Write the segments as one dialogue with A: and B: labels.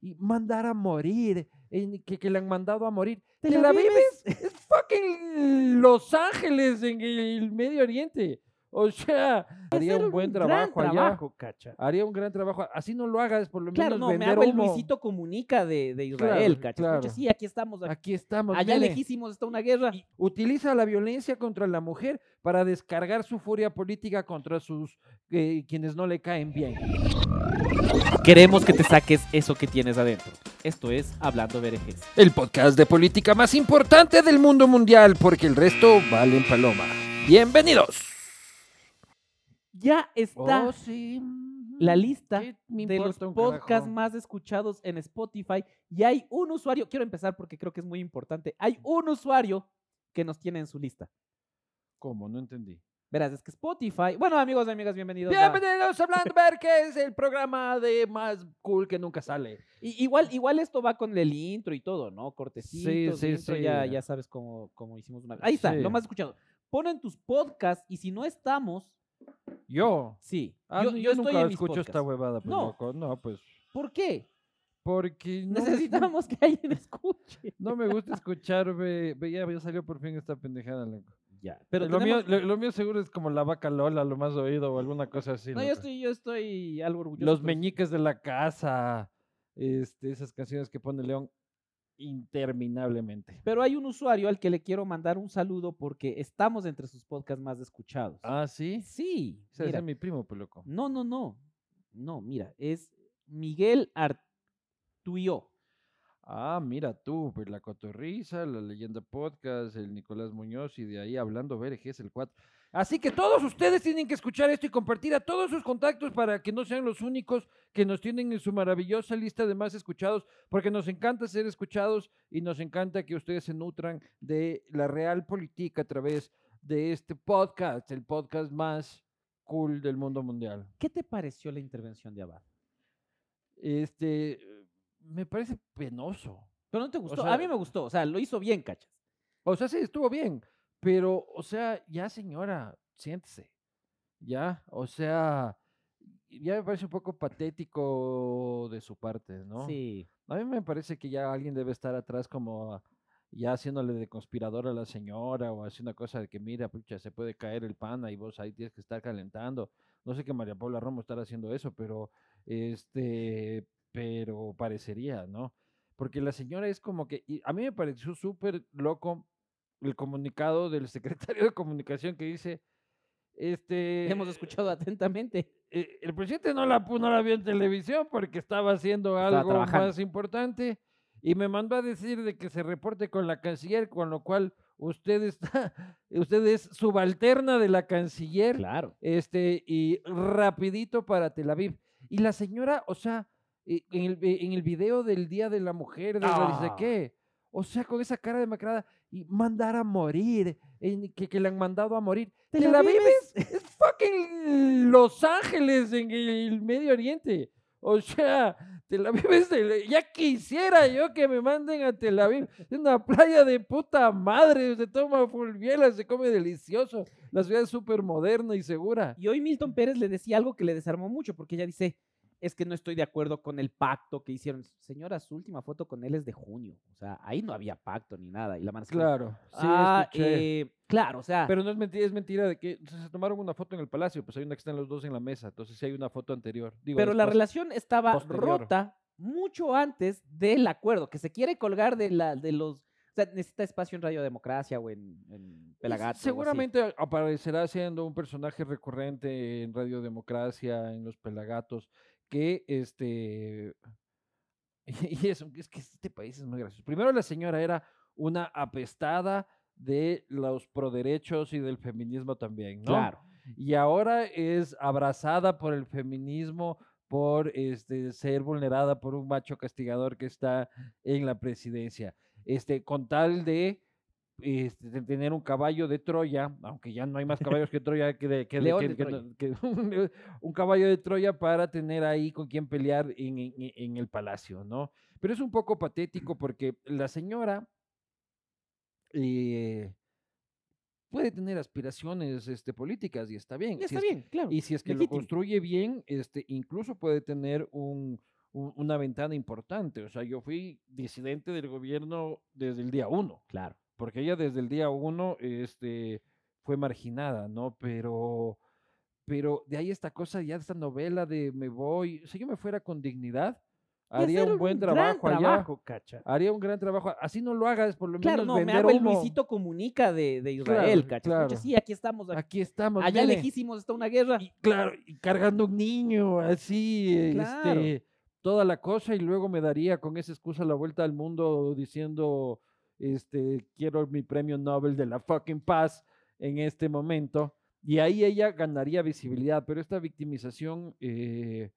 A: y mandar a morir, en- que, que le han mandado a morir. ¿Te, la, vives? Es fucking Los Ángeles en el Medio Oriente. O sea, haría
B: Hacer
A: un buen
B: gran
A: trabajo allá.
B: trabajo, cacha.
A: Haría un gran trabajo. Así no lo hagas, por lo
B: Claro,
A: menos
B: no, me
A: vender
B: hago el
A: humo.
B: Luisito Comunica de, de
A: Claro,
B: Israel, cacha. Escucha,
A: claro.
B: sí, aquí estamos. Aquí,
A: Aquí estamos.
B: allá
A: mire.
B: lejísimos está una guerra.
A: utiliza la violencia contra la mujer para descargar su furia política contra sus eh, quienes no le caen bien.
B: Queremos que te saques eso que tienes adentro. Esto es Hablando Berejes.
A: El podcast de política más importante del mundo mundial, porque el resto vale en paloma. Bienvenidos.
B: Ya está
A: Oh, sí.
B: la lista
A: ¿Qué me
B: de los
A: importa un
B: podcasts
A: carajo?
B: más escuchados en Spotify y hay un usuario, quiero empezar porque creo que es muy importante, hay un usuario que nos tiene en su lista.
A: ¿Cómo? No entendí.
B: Verás, es que Spotify, bueno amigos y amigas, bienvenidos. a-
A: Bienvenidos a Hablando Ver, que es el programa de más cool que nunca sale.
B: Y- igual, igual esto va con el intro y todo, ¿no? Cortecitos,
A: sí,
B: intro,
A: sí.
B: Ya, ya sabes cómo, cómo hicimos una vez. Ahí está,
A: Sí.
B: lo más escuchado. Ponen tus podcasts y si no estamos,
A: Yo.
B: sí.
A: Ah,
B: yo,
A: no,
B: yo estoy
A: nunca
B: en mis
A: escucho esta
B: podcasts.
A: huevada, pues,
B: No.
A: loco. No, pues.
B: ¿Por qué?
A: Porque no me-
B: Necesitamos que alguien escuche.
A: No me gusta escuchar, ve, ve, ya, ya salió por fin esta pendejada, loco.
B: Ya, pero
A: lo,
B: tenemos-
A: mío, lo, lo mío seguro es como la vaca Lola, lo más oído o alguna cosa así.
B: No, yo
A: loco.
B: estoy, yo estoy algo orgulloso.
A: Los
B: pero sí.
A: meñiques de la casa, este, esas canciones que pone León interminablemente.
B: Pero hay un usuario al que le quiero mandar un saludo porque estamos entre sus podcasts más escuchados.
A: Ah, sí.
B: Sí.
A: Ese ese
B: mira.
A: es mi primo, pues loco.
B: No, no, no. No, mira, es Miguel Artuyo.
A: Ah, mira tú, pues la cotorriza, la leyenda podcast, el Nicolás Muñoz y de ahí hablando BRG es el 4. Así que todos ustedes tienen que escuchar esto y compartir a todos sus contactos para que no sean los únicos que nos tienen en su maravillosa lista de más escuchados, porque nos encanta ser escuchados y nos encanta que ustedes se nutran de la real política a través de este podcast, el podcast más cool del mundo mundial.
B: ¿Qué te pareció la intervención de Abad?
A: Este, me parece penoso.
B: Pero no te gustó. a
A: sea-
B: mí me gustó. O sea, lo hizo bien, cachas.
A: O sea, sí, estuvo bien, pero, o sea, ya señora, siéntese. Ya, o sea, ya me parece un poco patético de su parte, ¿no?
B: Sí.
A: A mí me parece que ya alguien debe estar atrás como ya haciéndole de conspirador a la señora o así una cosa de que mira, pucha, se puede caer el pana y vos ahí tienes que estar calentando. No sé que María Paula Romo estará haciendo eso, pero este, pero parecería, ¿no? Porque la señora es como que y a mí me pareció súper loco el comunicado del secretario de comunicación que dice este
B: Hemos escuchado atentamente.
A: eh, el presidente no la, pu- no la vio en televisión porque estaba haciendo
B: Estaba
A: algo
B: trabajando.
A: más importante y me mandó a decir de que se reporte con la canciller, con lo cual usted está, usted es subalterna de la canciller,
B: Claro.
A: este, y rapidito para Tel Aviv. Y la señora, o sea, eh, en el, eh, en el video del Día de la Mujer, de la dice
B: Ah.
A: qué, o sea, con esa cara demacrada, y mandar a morir, en- que, que le han mandado a morir. ¿Te, la, vives? Es fucking Los Ángeles en el Medio Oriente. O sea, Tel Aviv es el- ya quisiera yo que me manden a Tel Aviv. Es una playa de puta madre. Se toma fulviela, se come delicioso. La ciudad es súper moderna y segura.
B: Y hoy Milton Pérez le decía algo que le desarmó mucho porque ella dice, es que no estoy de acuerdo con el pacto que hicieron. Señora, su última foto con él es de junio. O sea, ahí no había pacto ni nada. Y la mano así como,
A: Claro, sí,
B: ah,
A: escuché.
B: eh, claro, o sea,
A: Pero no es mentira, es mentira de que entonces, se tomaron una foto en el palacio, pues hay una que están los dos en la mesa, entonces sí hay una foto anterior. Digo,
B: Pero la
A: después.
B: relación estaba
A: posterior.
B: rota mucho antes del acuerdo, que se quiere colgar de, la, de los... O sea, necesita espacio en Radio Democracia o en, en
A: Y s-
B: Pelagato. o así.
A: Seguramente a- aparecerá siendo un personaje recurrente en Radio Democracia, en Los Pelagatos, que este... Y eso, es que este país es muy gracioso. Primero la señora era una apestada de los proderechos y del feminismo también, ¿no?
B: Claro.
A: y ahora es abrazada por el feminismo por este, ser vulnerada por un macho castigador que está en la presidencia. Este, con tal de, este, de tener un caballo de Troya, aunque ya no hay más caballos que Troya, que, de, que, de-
B: León
A: que-
B: de
A: que
B: Troya.
A: no- que un, un caballo de Troya para tener ahí con quien pelear en, en- en el palacio, ¿no? Pero es un poco patético porque la señora eh, puede tener aspiraciones este, políticas y está bien.
B: Y
A: si
B: está
A: es-
B: bien, claro.
A: y si es que
B: legítimo.
A: lo construye bien, este, incluso puede tener un, u- una ventana importante. O sea, yo fui disidente del gobierno desde el día uno,
B: Claro.
A: porque ella desde el día uno este, fue marginada, ¿no? Pero, pero de ahí esta cosa, ya esta novela de me voy, si yo me fuera con dignidad,
B: Y
A: haría
B: hacer
A: un buen
B: gran
A: trabajo allá.
B: trabajo, cacha.
A: Haría un gran trabajo. Así no lo hagas, por lo
B: Claro,
A: menos
B: no, me
A: vender
B: hago el
A: humo.
B: Luisito Comunica de, de
A: Claro,
B: Israel, cacha. Escucha,
A: claro.
B: Sí, aquí estamos. Aquí,
A: Aquí estamos.
B: allá
A: mire.
B: lejísimos está una guerra.
A: Y claro, y cargando un niño, así, eh,
B: Claro.
A: este, toda la cosa, y luego me daría con esa excusa la vuelta al mundo diciendo, este, quiero mi premio Nobel de la fucking paz en este momento. Y ahí ella ganaría visibilidad, pero esta victimización eh,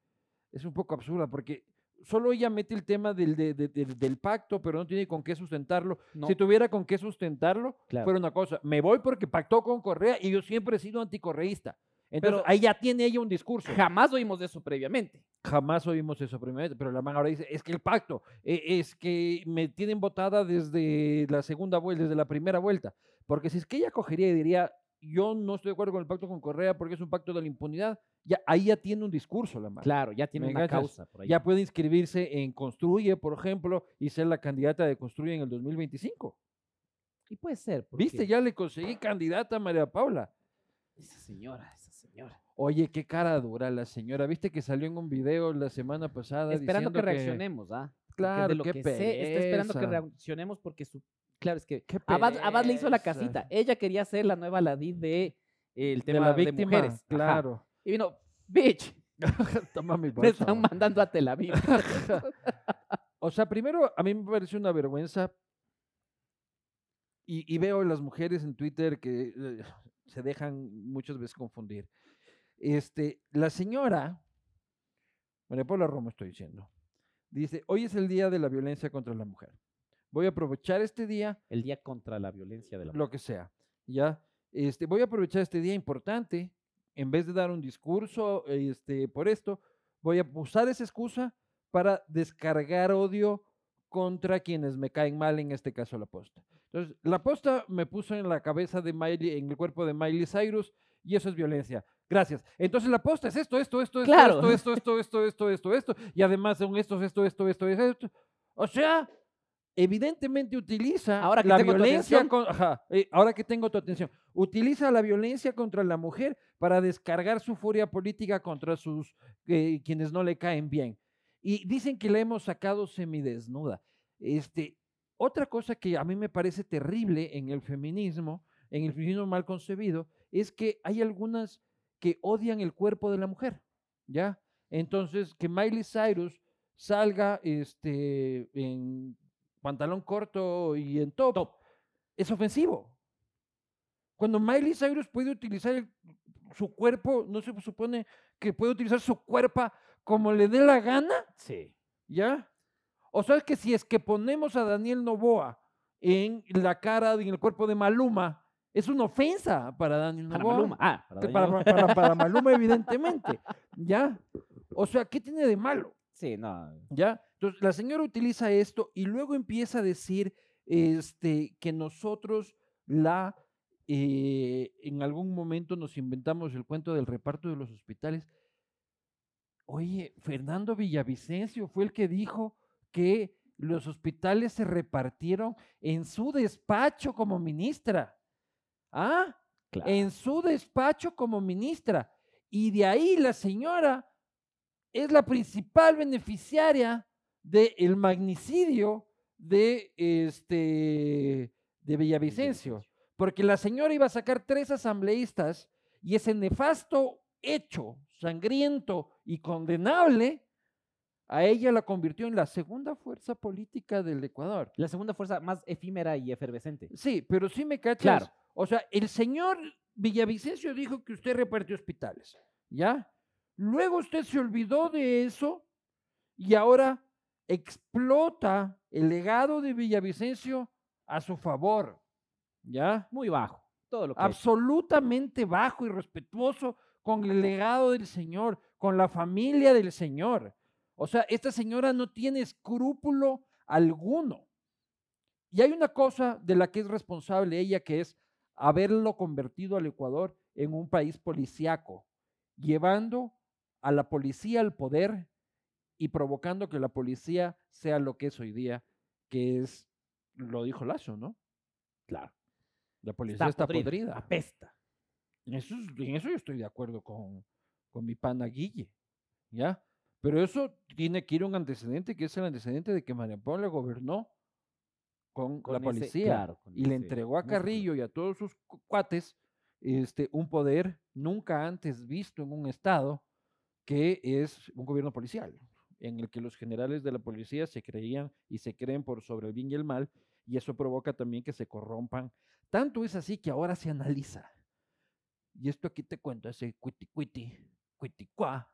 A: es un poco absurda porque solo ella mete el tema del, de- de- del- del pacto, pero no tiene con qué sustentarlo.
B: No,
A: Si tuviera con qué sustentarlo,
B: Claro.
A: fuera una cosa. Me voy porque pactó con Correa y yo siempre he sido anticorreísta. Entonces,
B: Pero-
A: ahí ya tiene ella un discurso.
B: jamás oímos de eso previamente.
A: Jamás oímos eso primero, pero la man ahora dice, es que el pacto, eh, es que me tienen votada desde la segunda vuelta, desde la primera vuelta. Porque si es que ella cogería y diría, yo no estoy de acuerdo con el pacto con Correa porque es un pacto de la impunidad, ya, ahí ya tiene un discurso la man.
B: Claro, ya tiene
A: ¿Me
B: una
A: cachas?
B: causa por ahí.
A: Ya puede inscribirse en Construye, por ejemplo, y ser la candidata de Construye en el 2025.
B: Y puede ser. porque
A: ¿Viste? Ya le conseguí candidata a María Paula.
B: Esa señora, esa señora.
A: Oye, qué cara dura la señora. ¿Viste que salió en un video la semana pasada
B: Esperando que
A: diciendo
B: reaccionemos, ¿ah? Porque
A: Claro,
B: de lo
A: qué
B: que sé, está esperando que
A: pereza.
B: reaccionemos porque su. Claro, es que
A: Qué
B: Abad, Abad le hizo la
A: pereza.
B: casita. Ella quería ser la nueva Ladí de eh, el
A: de
B: tema
A: la
B: de,
A: víctima?
B: mujeres. Ajá.
A: claro.
B: Y vino, bitch,
A: Toma mi
B: me
A: bolsa,
B: están
A: güey.
B: mandando a Tel Aviv.
A: O sea, primero, a mí me parece una vergüenza. Y, y veo las mujeres en Twitter que eh, se dejan muchas veces confundir. Este, la señora, María Paula Romo estoy diciendo, dice, hoy es el día de la violencia contra la mujer. Voy a aprovechar este día
B: el día contra la violencia de la mujer.
A: lo que sea. Ya, este, voy a aprovechar este día importante, en vez de dar un discurso este, por esto, voy a usar esa excusa para descargar odio contra quienes me caen mal, en este caso la posta. Entonces, la posta me puso en la cabeza de Miley, en el cuerpo de Miley Cyrus, y eso es violencia. Gracias. Entonces la posta es esto, esto, esto, esto,
B: Claro.
A: esto, esto, esto, esto, esto, esto, esto, y además son estos, esto, esto, esto, esto, esto. O sea, evidentemente utiliza
B: Ahora que
A: la
B: tengo tu
A: violencia
B: atención.
A: con- ajá, eh, ahora que tengo tu atención, utiliza la violencia contra la mujer para descargar su furia política contra sus eh, quienes no le caen bien. Y dicen que la hemos sacado semidesnuda. Este, otra cosa que a mí me parece terrible en el feminismo, en el feminismo mal concebido, es que hay algunas que odian el cuerpo de la mujer, ¿ya? Entonces, que Miley Cyrus salga este, en pantalón corto y en top, es ofensivo. Cuando Miley Cyrus puede utilizar el- su cuerpo, no se supone que puede utilizar su cuerpo como le dé la gana,
B: Sí.
A: ¿ya? O sea, es que si es que ponemos a Daniel Novoa en la cara, en el cuerpo de Maluma, es una ofensa para Daniel
B: Para
A: Novoa.
B: Maluma. Ah, para
A: Te-
B: Daniel
A: Para,
B: Maluma.
A: para- para Maluma, evidentemente. ¿Ya? O sea, ¿qué tiene de malo?
B: Sí, no.
A: ¿Ya? Entonces, la señora utiliza esto y luego empieza a decir este, que nosotros la, eh, en algún momento nos inventamos el cuento del reparto de los hospitales. Oye, Fernando Villavicencio fue el que dijo que los hospitales se repartieron en su despacho como ministra. ¿Ah?
B: Claro.
A: en su despacho como ministra. Y de ahí la señora es la principal beneficiaria del magnicidio de, este, de Villavicencio. Porque la señora iba a sacar tres asambleístas y ese nefasto hecho, sangriento y condenable, a ella la convirtió en la segunda fuerza política del Ecuador.
B: La segunda fuerza más efímera y efervescente.
A: Sí, pero sí me cachas.
B: Claro.
A: O sea, el señor Villavicencio dijo que usted repartió hospitales, ¿ya? Luego usted se olvidó de eso y ahora explota el legado de Villavicencio a su favor, ¿ya?
B: Muy bajo. Todo lo que. ha hecho.
A: Absolutamente bajo y respetuoso con el legado del señor, con la familia del señor. O sea, esta señora no tiene escrúpulo alguno. Y hay una cosa de la que es responsable ella, que es haberlo convertido al Ecuador en un país policíaco, llevando a la policía al poder y provocando que la policía sea lo que es hoy día, que es, lo dijo Lazo, ¿no?
B: Claro.
A: La policía está, podrida.
B: Apesta.
A: En eso, es- en eso yo estoy de acuerdo con, con mi pana Guille, ¿ya? Pero eso tiene que ir un antecedente, que es el antecedente de que María Paula gobernó con, la
B: Con ese-
A: policía
B: claro, con
A: y le
B: ese-
A: entregó a
B: con ese
A: Carrillo y a todos sus cu- cuates este, un poder nunca antes visto en un Estado, que es un gobierno policial, en el que los generales de la policía se creían y se creen por sobre el bien y el mal, y eso provoca también que se corrompan. Tanto es así que ahora se analiza. Y esto aquí te cuento, ese cuiti cuiti, cuiti cuá,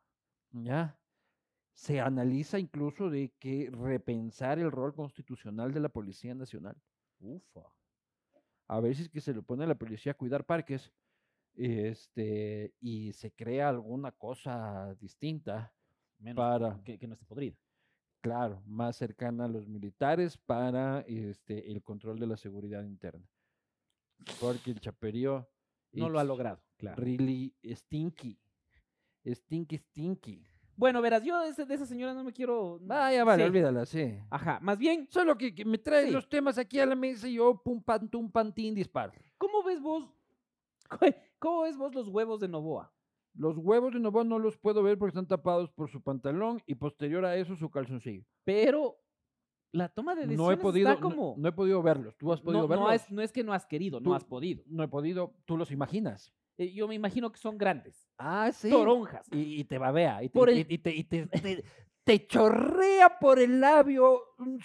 A: ¿ya? Se analiza incluso de que repensar el rol constitucional de la Policía Nacional
B: Ufa.
A: a ver si es que se le pone a la policía a cuidar parques este, y se crea alguna cosa distinta,
B: Menos
A: Para.
B: Que, que no esté podrida.
A: claro, más cercana a los militares para este, el control de la seguridad interna. Porque el chaperío
B: No lo ha
A: it's
B: logrado, claro.
A: Really stinky. Stinky, stinky.
B: Bueno, verás, yo de, ese- de esa señora no me quiero.
A: Vaya, vale,
B: Mm, Sí.
A: olvídala, sí.
B: Ajá, más bien,
A: Solo que, que me traes
B: Sí.
A: los temas aquí a la mesa y yo pum, pan, tum, pantín, disparo.
B: ¿cómo ves vos? cu- ¿Cómo ves vos los huevos de Novoa?
A: Los huevos de Novoa no los puedo ver porque están tapados por su pantalón y posterior a eso su calzoncillo.
B: Pero la toma de decisiones
A: No he podido,
B: está
A: no-
B: como.
A: no, he podido verlos. ¿Tú has podido
B: no,
A: verlos?
B: no es, no es que no has querido,
A: Tú-
B: no has podido.
A: No he podido. Tú los imaginas.
B: Eh, yo me imagino que son grandes.
A: Ah, sí.
B: Toronjas.
A: Y, y te babea. Y te,
B: Por
A: y-
B: el-
A: y te, y te- te- te chorrea por el labio un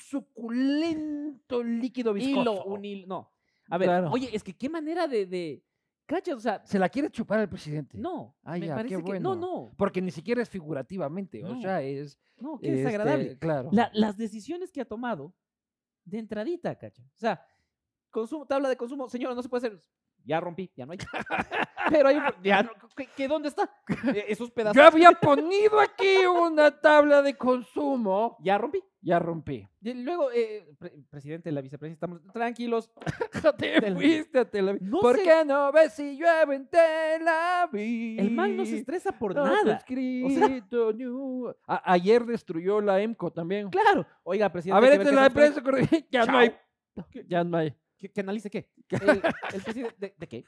A: suculento líquido viscoso.
B: Hilo, un hilo. No. A ver,
A: Claro.
B: oye, es que qué manera de. de... ¿Cachas? O sea,
A: Se la quiere chupar al presidente.
B: no.
A: Ah,
B: me
A: ya, qué
B: parece que.
A: bueno.
B: No, no.
A: Porque ni siquiera es figurativamente. O
B: No.
A: sea, es.
B: No, qué
A: este,
B: desagradable.
A: Claro.
B: La- las decisiones que ha tomado de entradita, cacha. O sea, consumo, tabla de consumo, señora, no se puede hacer. Ya rompí, ya no hay. Pero hay un pro- ya no, ¿qué, qué- dónde está? Eh, esos pedazos.
A: Yo había ponido aquí una tabla de consumo.
B: Ya rompí.
A: Ya rompí.
B: Y luego, eh, pre- presidente, la vicepresidencia, estamos tranquilos.
A: Te
B: Tel-
A: fuiste a Tel Aviv.
B: No
A: ¿Por
B: sé-
A: qué no ves si llueve en Tel Aviv?
B: El man no se estresa por
A: No te he
B: nada.
A: escrito ni un- A- ayer destruyó la EMCO también.
B: pues, Claro. Oiga, presidente.
A: a ver,
B: este
A: esta es
B: hay que
A: la
B: qué hacemos
A: empresa. corre- Ya
B: Chao.
A: no hay.
B: ¿Qué?
A: Ya no hay.
B: con- Que, que analice qué. El, el presidente. ¿De, de qué?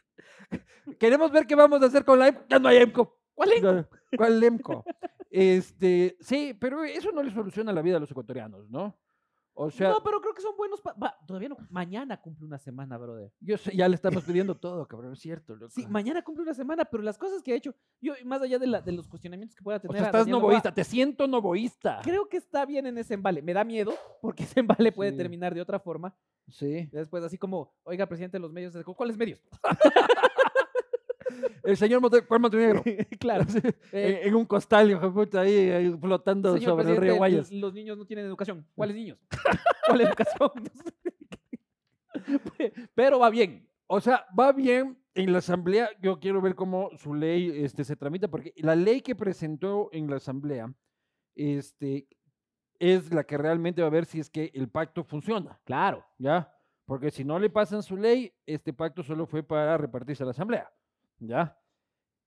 A: Queremos ver qué vamos a hacer con la EMCO. Ya no hay EMCO.
B: ¿Cuál es?
A: Ya- ¿Cuál EMCO? Este, sí, pero eso no le soluciona la vida a los ecuatorianos, ¿no? O sea,
B: no, pero creo que son buenos. pa- va, todavía no. Mañana cumple una semana, brother.
A: yo sé, ya le estamos pidiendo todo, cabrón, es cierto. loco.
B: Sí, mañana cumple una semana, pero las cosas que ha hecho, yo, más allá de, la- de los cuestionamientos que pueda
A: o
B: tener.
A: sea,
B: a
A: estás
B: Daniel Noboa,
A: novoísta, te siento novoísta.
B: Creo que está bien en ese embale. Me da miedo, porque ese embale puede
A: Sí.
B: terminar de otra forma.
A: Sí.
B: Y Después, así como, oiga, presidente de los medios, ¿cu- ¿cuáles medios?
A: El señor Monte- Juan Montenegro.
B: claro.
A: Sí,
B: Eh,
A: en en un costal, hijo de puta, ahí, ahí flotando
B: señor
A: sobre el
B: presidente,
A: río Guayas.
B: l- los niños no tienen educación. ¿Cuáles niños? ¿Cuál educación? Pe- pero va bien.
A: O sea, va bien en la asamblea. Yo quiero ver cómo su ley este, se tramita, porque la ley que presentó en la asamblea este, es la que realmente va a ver si es que el pacto funciona,
B: Claro.
A: ¿ya? Porque si no le pasan su ley, este pacto solo fue para repartirse a la asamblea, ¿ya?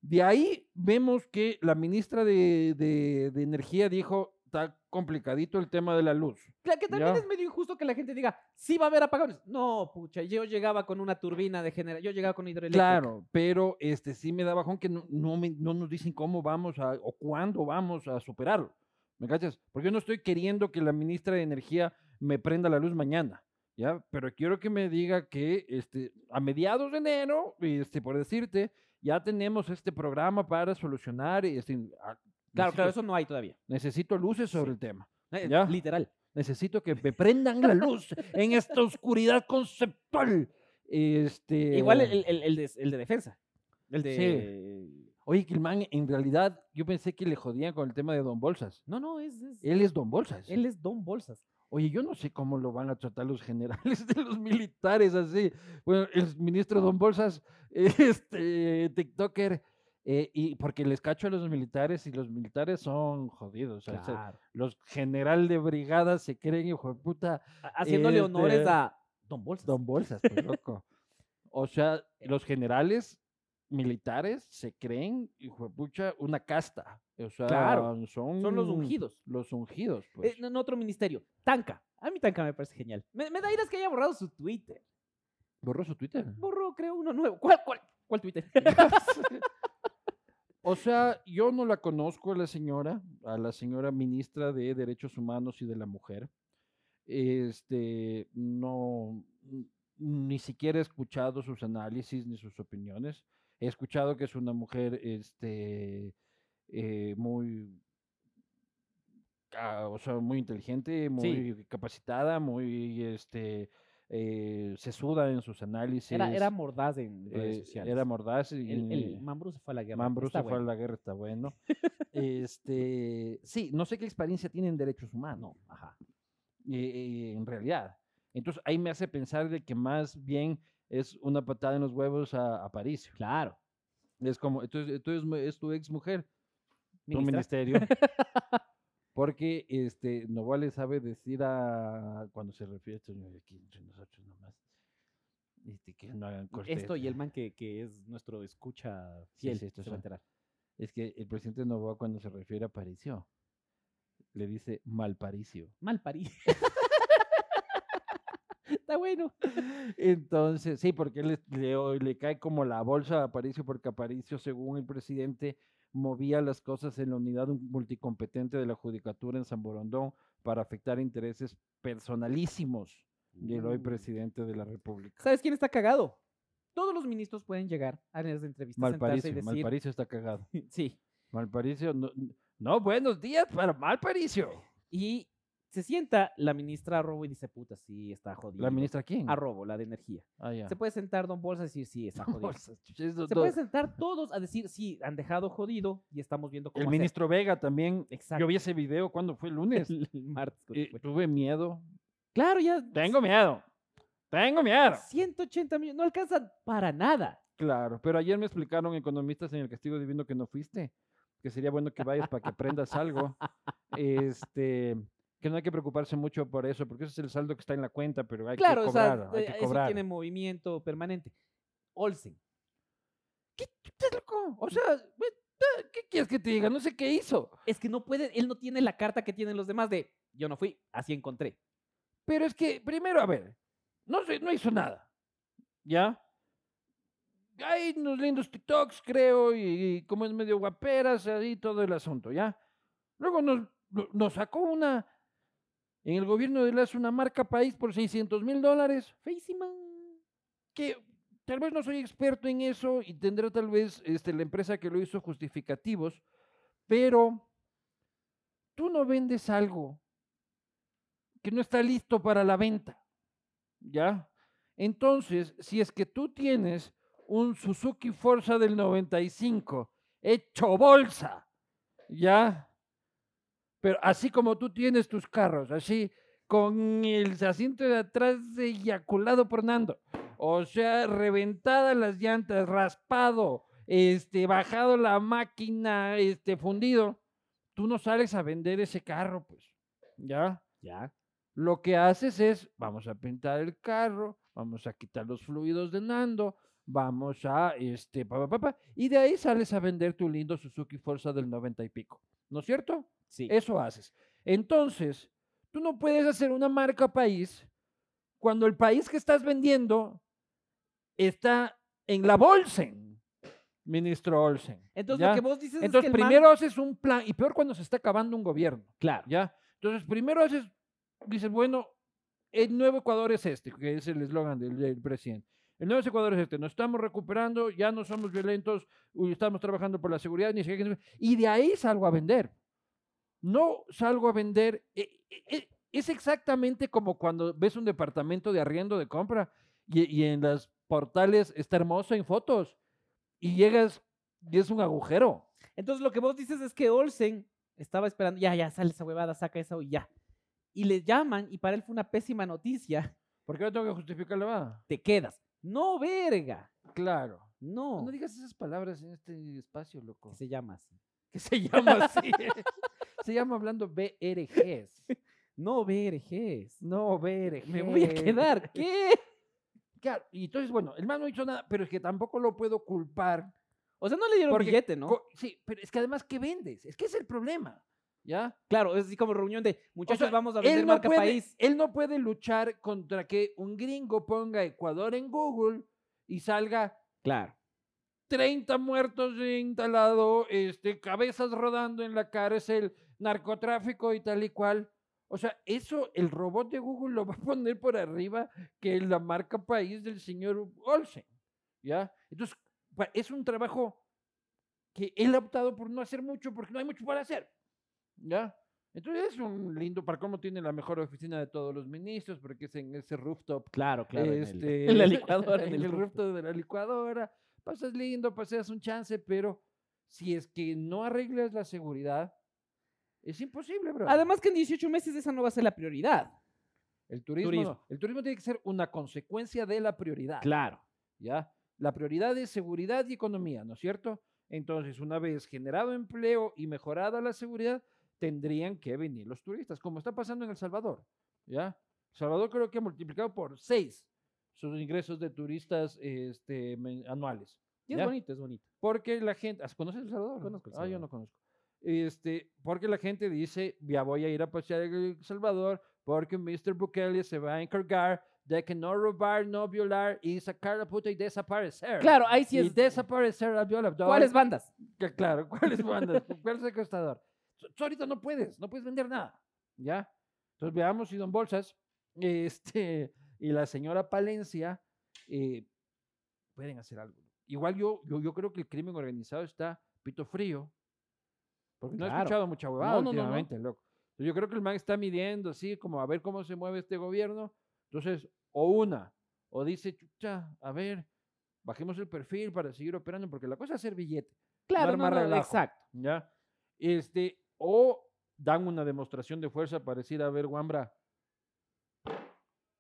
A: De ahí vemos que la ministra de, de- de Energía dijo, está complicadito el tema de la luz.
B: Claro, que también
A: Ya.
B: es medio injusto que la gente diga, sí va a haber apagones. No, pucha, yo llegaba con una turbina de generación, yo llegaba con hidroeléctrica.
A: Claro, pero este sí me da bajón que no, no me- no nos dicen cómo vamos a o cuándo vamos a superarlo. ¿Me cachas? Porque yo no estoy queriendo que la ministra de Energía me prenda la luz mañana, ¿ya? Pero quiero que me diga que este, a mediados de enero, este, por decirte, ya tenemos este programa para solucionar. Este, ah,
B: Claro,
A: necesito-
B: claro, eso no hay todavía.
A: Necesito luces sobre
B: Sí.
A: el tema.
B: Eh,
A: Ya.
B: Literal.
A: Necesito que me prendan la luz en esta oscuridad conceptual. Este,
B: Igual el, el- el de, el de defensa. El de.
A: Oye, que el man, en realidad, yo pensé que le jodían con el tema de Don Bolsas.
B: No, no, es. es-
A: Él es Don Bolsas.
B: Él es Don Bolsas.
A: Oye, yo no sé cómo lo van a tratar los generales de los militares así. Bueno, el ministro Don Bolsas, este, TikToker, eh, y porque les cacho a los militares y los militares son jodidos. o sea, se-
B: Claro.
A: los general de brigada se creen, hijo de puta,
B: Ha- Haciéndole honores
A: Este,
B: a Don Bolsas.
A: Don Bolsas, pues, loco. O sea, los generales militares se creen, hijo de pucha, una casta. O sea,
B: Claro,
A: son,
B: Son los ungidos.
A: Los ungidos, pues.
B: Eh, en otro ministerio. Tanca. A mí Tanca me parece genial. Me, me da iras que haya borrado su Twitter.
A: ¿Borró su Twitter?
B: Borró, creo, uno nuevo. ¿Cuál, cuál, cuál Twitter?
A: O sea, yo no la conozco a la señora, a la señora ministra de Derechos Humanos y de la Mujer. Este, no, n- ni siquiera he escuchado sus análisis ni sus opiniones. He escuchado que es una mujer, este, eh, muy, ah, o sea, muy inteligente, muy capacitada, muy, este, eh, sesuda en sus análisis.
B: era, era mordaz en redes
A: eh,
B: sociales.
A: era mordaz. y-
B: El, el Mambrú se fue a la guerra.
A: Mambrú
B: Está
A: se fue a
B: bueno.
A: la guerra, está bueno. este, sí, no sé qué experiencia tienen derechos humanos,
B: Ajá.
A: eh, eh, en realidad. Entonces ahí me hace pensar de que más bien es una patada en los huevos a, a París.
B: Claro.
A: Es como, entonces, tú eres mu- es tu ex mujer, tu
B: Ministra.
A: ministerio. Porque este, Novoa sabe decir a cuando se refiere a aquí entre nosotros nomás. Este, que no hagan corte.
B: Esto y el man que, que es nuestro escucha fiel.
A: sí, estos
B: se va
A: son.
B: a enterar.
A: Es que el presidente Novoa cuando se refiere a Paricio, le dice malparicio.
B: Mal parí. Está bueno.
A: Entonces, sí, porque le, le, o- le cae como la bolsa a Aparicio, porque Aparicio, según el presidente, movía las cosas en la unidad un- multicompetente de la judicatura en San Borondón para afectar intereses personalísimos del hoy
B: Uh.
A: presidente de la República.
B: ¿Sabes quién está cagado? Todos los ministros pueden llegar a las entrevistas, Este sentarse y
A: Malparicio,
B: decir...
A: Malparicio está cagado.
B: Sí.
A: Malparicio, no, no, buenos días para Malparicio.
B: Y se sienta la ministra Robo y dice, puta, sí, está jodido.
A: ¿La ministra quién?
B: A Robo, la de energía.
A: Ah, ya.
B: Se puede sentar Don Bolsa y decir, sí, está jodido.
A: Bolsas, es do-
B: Se
A: do-
B: pueden sentar todos a decir, sí, han dejado jodido y estamos viendo cómo
A: El
B: hacer".
A: ministro Vega también.
B: Exacto.
A: Yo vi ese video cuando fue el lunes.
B: el martes. creo que
A: y
B: fue.
A: tuve miedo.
B: Claro, ya...
A: Tengo miedo. Tengo miedo.
B: 180 millones, no alcanzan para nada.
A: Claro, pero ayer me explicaron economistas en el castigo divino que no fuiste, que sería bueno que vayas para que aprendas algo. Este, que no hay que preocuparse mucho por eso, porque ese es el saldo que está en la cuenta, pero hay
B: claro,
A: que cobrar,
B: o sea,
A: hay
B: eh,
A: que
B: eso
A: cobrar.
B: tiene movimiento permanente. Olsen.
A: ¿Qué, qué estás Pues, loco? O sea, ve- ta- ¿qué quieres que te diga? No sé qué hizo.
B: Es que no puede, él no tiene la carta que tienen los demás de yo no fui, así encontré.
A: Pero es que, primero, a ver, no, sé, no hizo nada. ¿Ya? Hay unos lindos TikToks, creo, y, y como es medio guaperas, ahí todo el asunto, ¿ya? Luego nos, lo- nos sacó una, en el gobierno de la una marca país por 600 mil dólares,
B: Feísima.
A: que tal vez no soy experto en eso y tendrá tal vez este, la empresa que lo hizo justificativos, pero tú no vendes algo que no está listo para la venta, ¿ya? Entonces, si es que tú tienes un Suzuki Forza del 95 hecho bolsa, ¿ya? Pero así como tú tienes tus carros, así con el asiento de atrás eyaculado por Nando, o sea, reventadas las llantas, raspado, este, bajado la máquina, este, fundido, tú no sales a vender ese carro, pues, ¿ya?
B: Ya.
A: Lo que haces es, vamos a pintar el carro, vamos a quitar los fluidos de Nando, vamos a, este, pa, pa, pa, pa, y de ahí sales a vender tu lindo Suzuki Forza del 90 y pico, ¿no es cierto?
B: Sí.
A: Eso haces. Entonces, tú no puedes hacer una marca país cuando el país que estás vendiendo está en la Bolsen, ministro Olsen.
B: Entonces
A: ¿ya?
B: lo que vos dices
A: Entonces,
B: es que el man-
A: primero haces un plan, y peor cuando se está acabando un gobierno,
B: Claro.
A: ¿ya? Entonces, primero haces, dices, bueno, el nuevo Ecuador es este, que es el eslogan del, del presidente. El nuevo Ecuador es este, nos estamos recuperando, ya no somos violentos, uy, estamos trabajando por la seguridad, ni siquiera- ni siquiera- y de ahí salgo a vender. No salgo a vender, e- e- e- es exactamente como cuando ves un departamento de arriendo de compra y, y en las portales está hermoso en fotos y llegas y es un agujero.
B: Entonces lo que vos dices es que Olsen estaba esperando, ya, ya, sale esa huevada, saca esa y ya. Y le llaman y para él fue una pésima noticia,
A: ¿Por qué no tengo que justificar la va?
B: te quedas. No, verga.
A: Claro.
B: No.
A: No digas esas palabras en este espacio, loco.
B: que se llama así.
A: Que se llama así.
B: ¿eh?
A: se llama hablando BRGs.
B: No, verges.
A: No BRGs.
B: Me voy a quedar. ¿Qué?
A: Claro, y entonces, bueno, el man no hizo nada, pero es que tampoco lo puedo culpar
B: O sea, no le dieron
A: Porque
B: billete, ¿no?
A: Co- Sí, pero es que además, ¿qué vendes? Es que es el problema. ¿Ya?
B: Claro, es así como reunión de muchachos,
A: sea,
B: vamos a vender
A: Él no,
B: marca
A: puede,
B: país.
A: él no puede luchar contra que un gringo ponga Ecuador en Google y salga
B: Claro.
A: 30 muertos en tal lado, este, cabezas rodando en la cárcel, narcotráfico y tal y cual. O sea, eso el robot de Google lo va a poner por arriba que la marca país del señor Olsen. ¿Ya? Entonces, pa- es un trabajo que él ha optado por no hacer mucho porque no hay mucho para hacer. ¿Ya? Entonces es un lindo, para cómo tiene la mejor oficina de todos los ministros, porque es en ese rooftop
B: Claro, claro. en el-
A: este,
B: en la licuadora.
A: en el rooftop de la licuadora. Pasas lindo, paseas un chance, pero si es que no arreglas la seguridad, es imposible, bro.
B: Además que en 18 meses esa no va a ser la prioridad.
A: el turismo,
B: turismo.
A: no. el turismo tiene que ser una consecuencia de la prioridad.
B: Claro.
A: ¿ya? La prioridad es seguridad y economía, ¿no es cierto? Entonces, una vez generado empleo y mejorada la seguridad, tendrían que venir los turistas, como está pasando en El Salvador, ¿ya? El Salvador creo que ha multiplicado por seis sus ingresos de turistas este, men- anuales.
B: Y es
A: Ya.
B: bonito, es bonito.
A: Porque la gente. ¿as- ¿Conoces El Salvador?
B: Conozco El
A: Ah, yo no conozco. Este, porque la gente dice, ya voy a ir a pasear a El Salvador, porque Mr. Bukele se va a encargar de que no robar, no violar y sacar la puta y desaparecer.
B: Claro, ahí sí
A: Y
B: es.
A: desaparecer al violador.
B: ¿Cuáles bandas?
A: Que Claro, ¿cuáles bandas? ¿Cuál secuestrador? So- so ahorita no puedes, no puedes vender nada, ¿ya? Entonces veamos si Don Bolsas este, y la señora Palencia eh, pueden hacer algo. Igual yo, yo, yo creo que el crimen organizado está pito frío, porque no he
B: Claro.
A: escuchado mucha huevada
B: No, no, no, no.
A: últimamente, loco. Yo creo que el man está midiendo, así como a ver cómo se mueve este gobierno. Entonces, o una, o dice, chucha, a ver, bajemos el perfil para seguir operando, porque la cosa es hacer billete.
B: Claro,
A: armar
B: no, no,
A: relajo.
B: exacto.
A: ¿ya? Este, o dan una demostración de fuerza para decir, a ver, Wambra,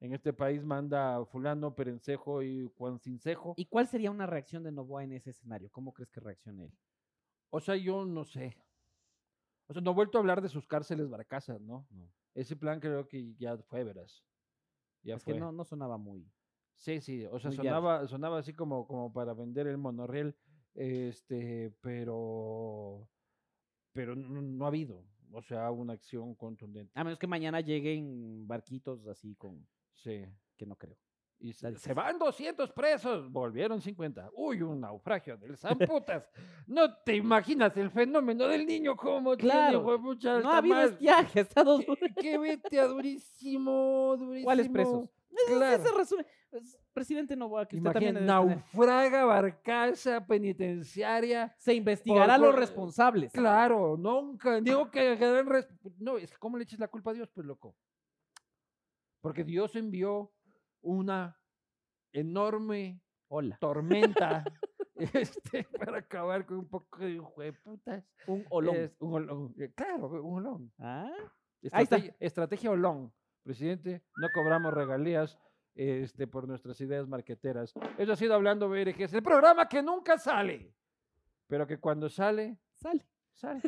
A: en este país manda fulano, perencejo y cuancincejo.
B: ¿Y cuál sería una reacción de Novoa en ese escenario? ¿Cómo crees que reaccione él?
A: O sea, yo no sé. O sea, no he vuelto a hablar de sus cárceles barcazas, ¿no?
B: No.
A: Ese plan creo que ya fue, verás. Ya
B: es
A: fue.
B: que no, no sonaba muy.
A: Sí, sí, o sea,
B: Muy llave.
A: sonaba, sonaba así como, como para vender el monorriel, este, pero, pero no, no ha habido, o sea, una acción contundente.
B: A menos que mañana lleguen barquitos así con.
A: Sí.
B: que no creo.
A: Y
B: Está
A: se, se
B: difícil.
A: van 200 presos, volvieron 50. Uy, un naufragio del San Putas. No te imaginas el fenómeno del niño como
B: Claro, No ha habido estiaje, ha estado duro.
A: Que Eh, vete a durísimo, durísimo.
B: ¿Cuáles presos? Ese-
A: Claro.
B: Ese resumen. Pues, Presidente Novoa, que usted
A: Imagina,
B: también. este, debe tener.
A: naufraga, barcaza, penitenciaria.
B: Se investigará a
A: Por-
B: los responsables.
A: Claro, nunca. Digo que quedarán res- No, es que ¿cómo le eches la culpa a Dios, pues loco? Porque Dios envió una enorme
B: Hola.
A: tormenta este, para acabar con un poco de hijo de putas.
B: Un olón.
A: Es un olón, eh, Claro, un olón.
B: Ah, Ahí está.
A: Estrategia, estrategia olón. Presidente, no cobramos regalías este, por nuestras ideas marqueteras. Eso ha sido Hablando BRGs, el programa que nunca sale, pero que cuando sale,
B: sale.
A: sale.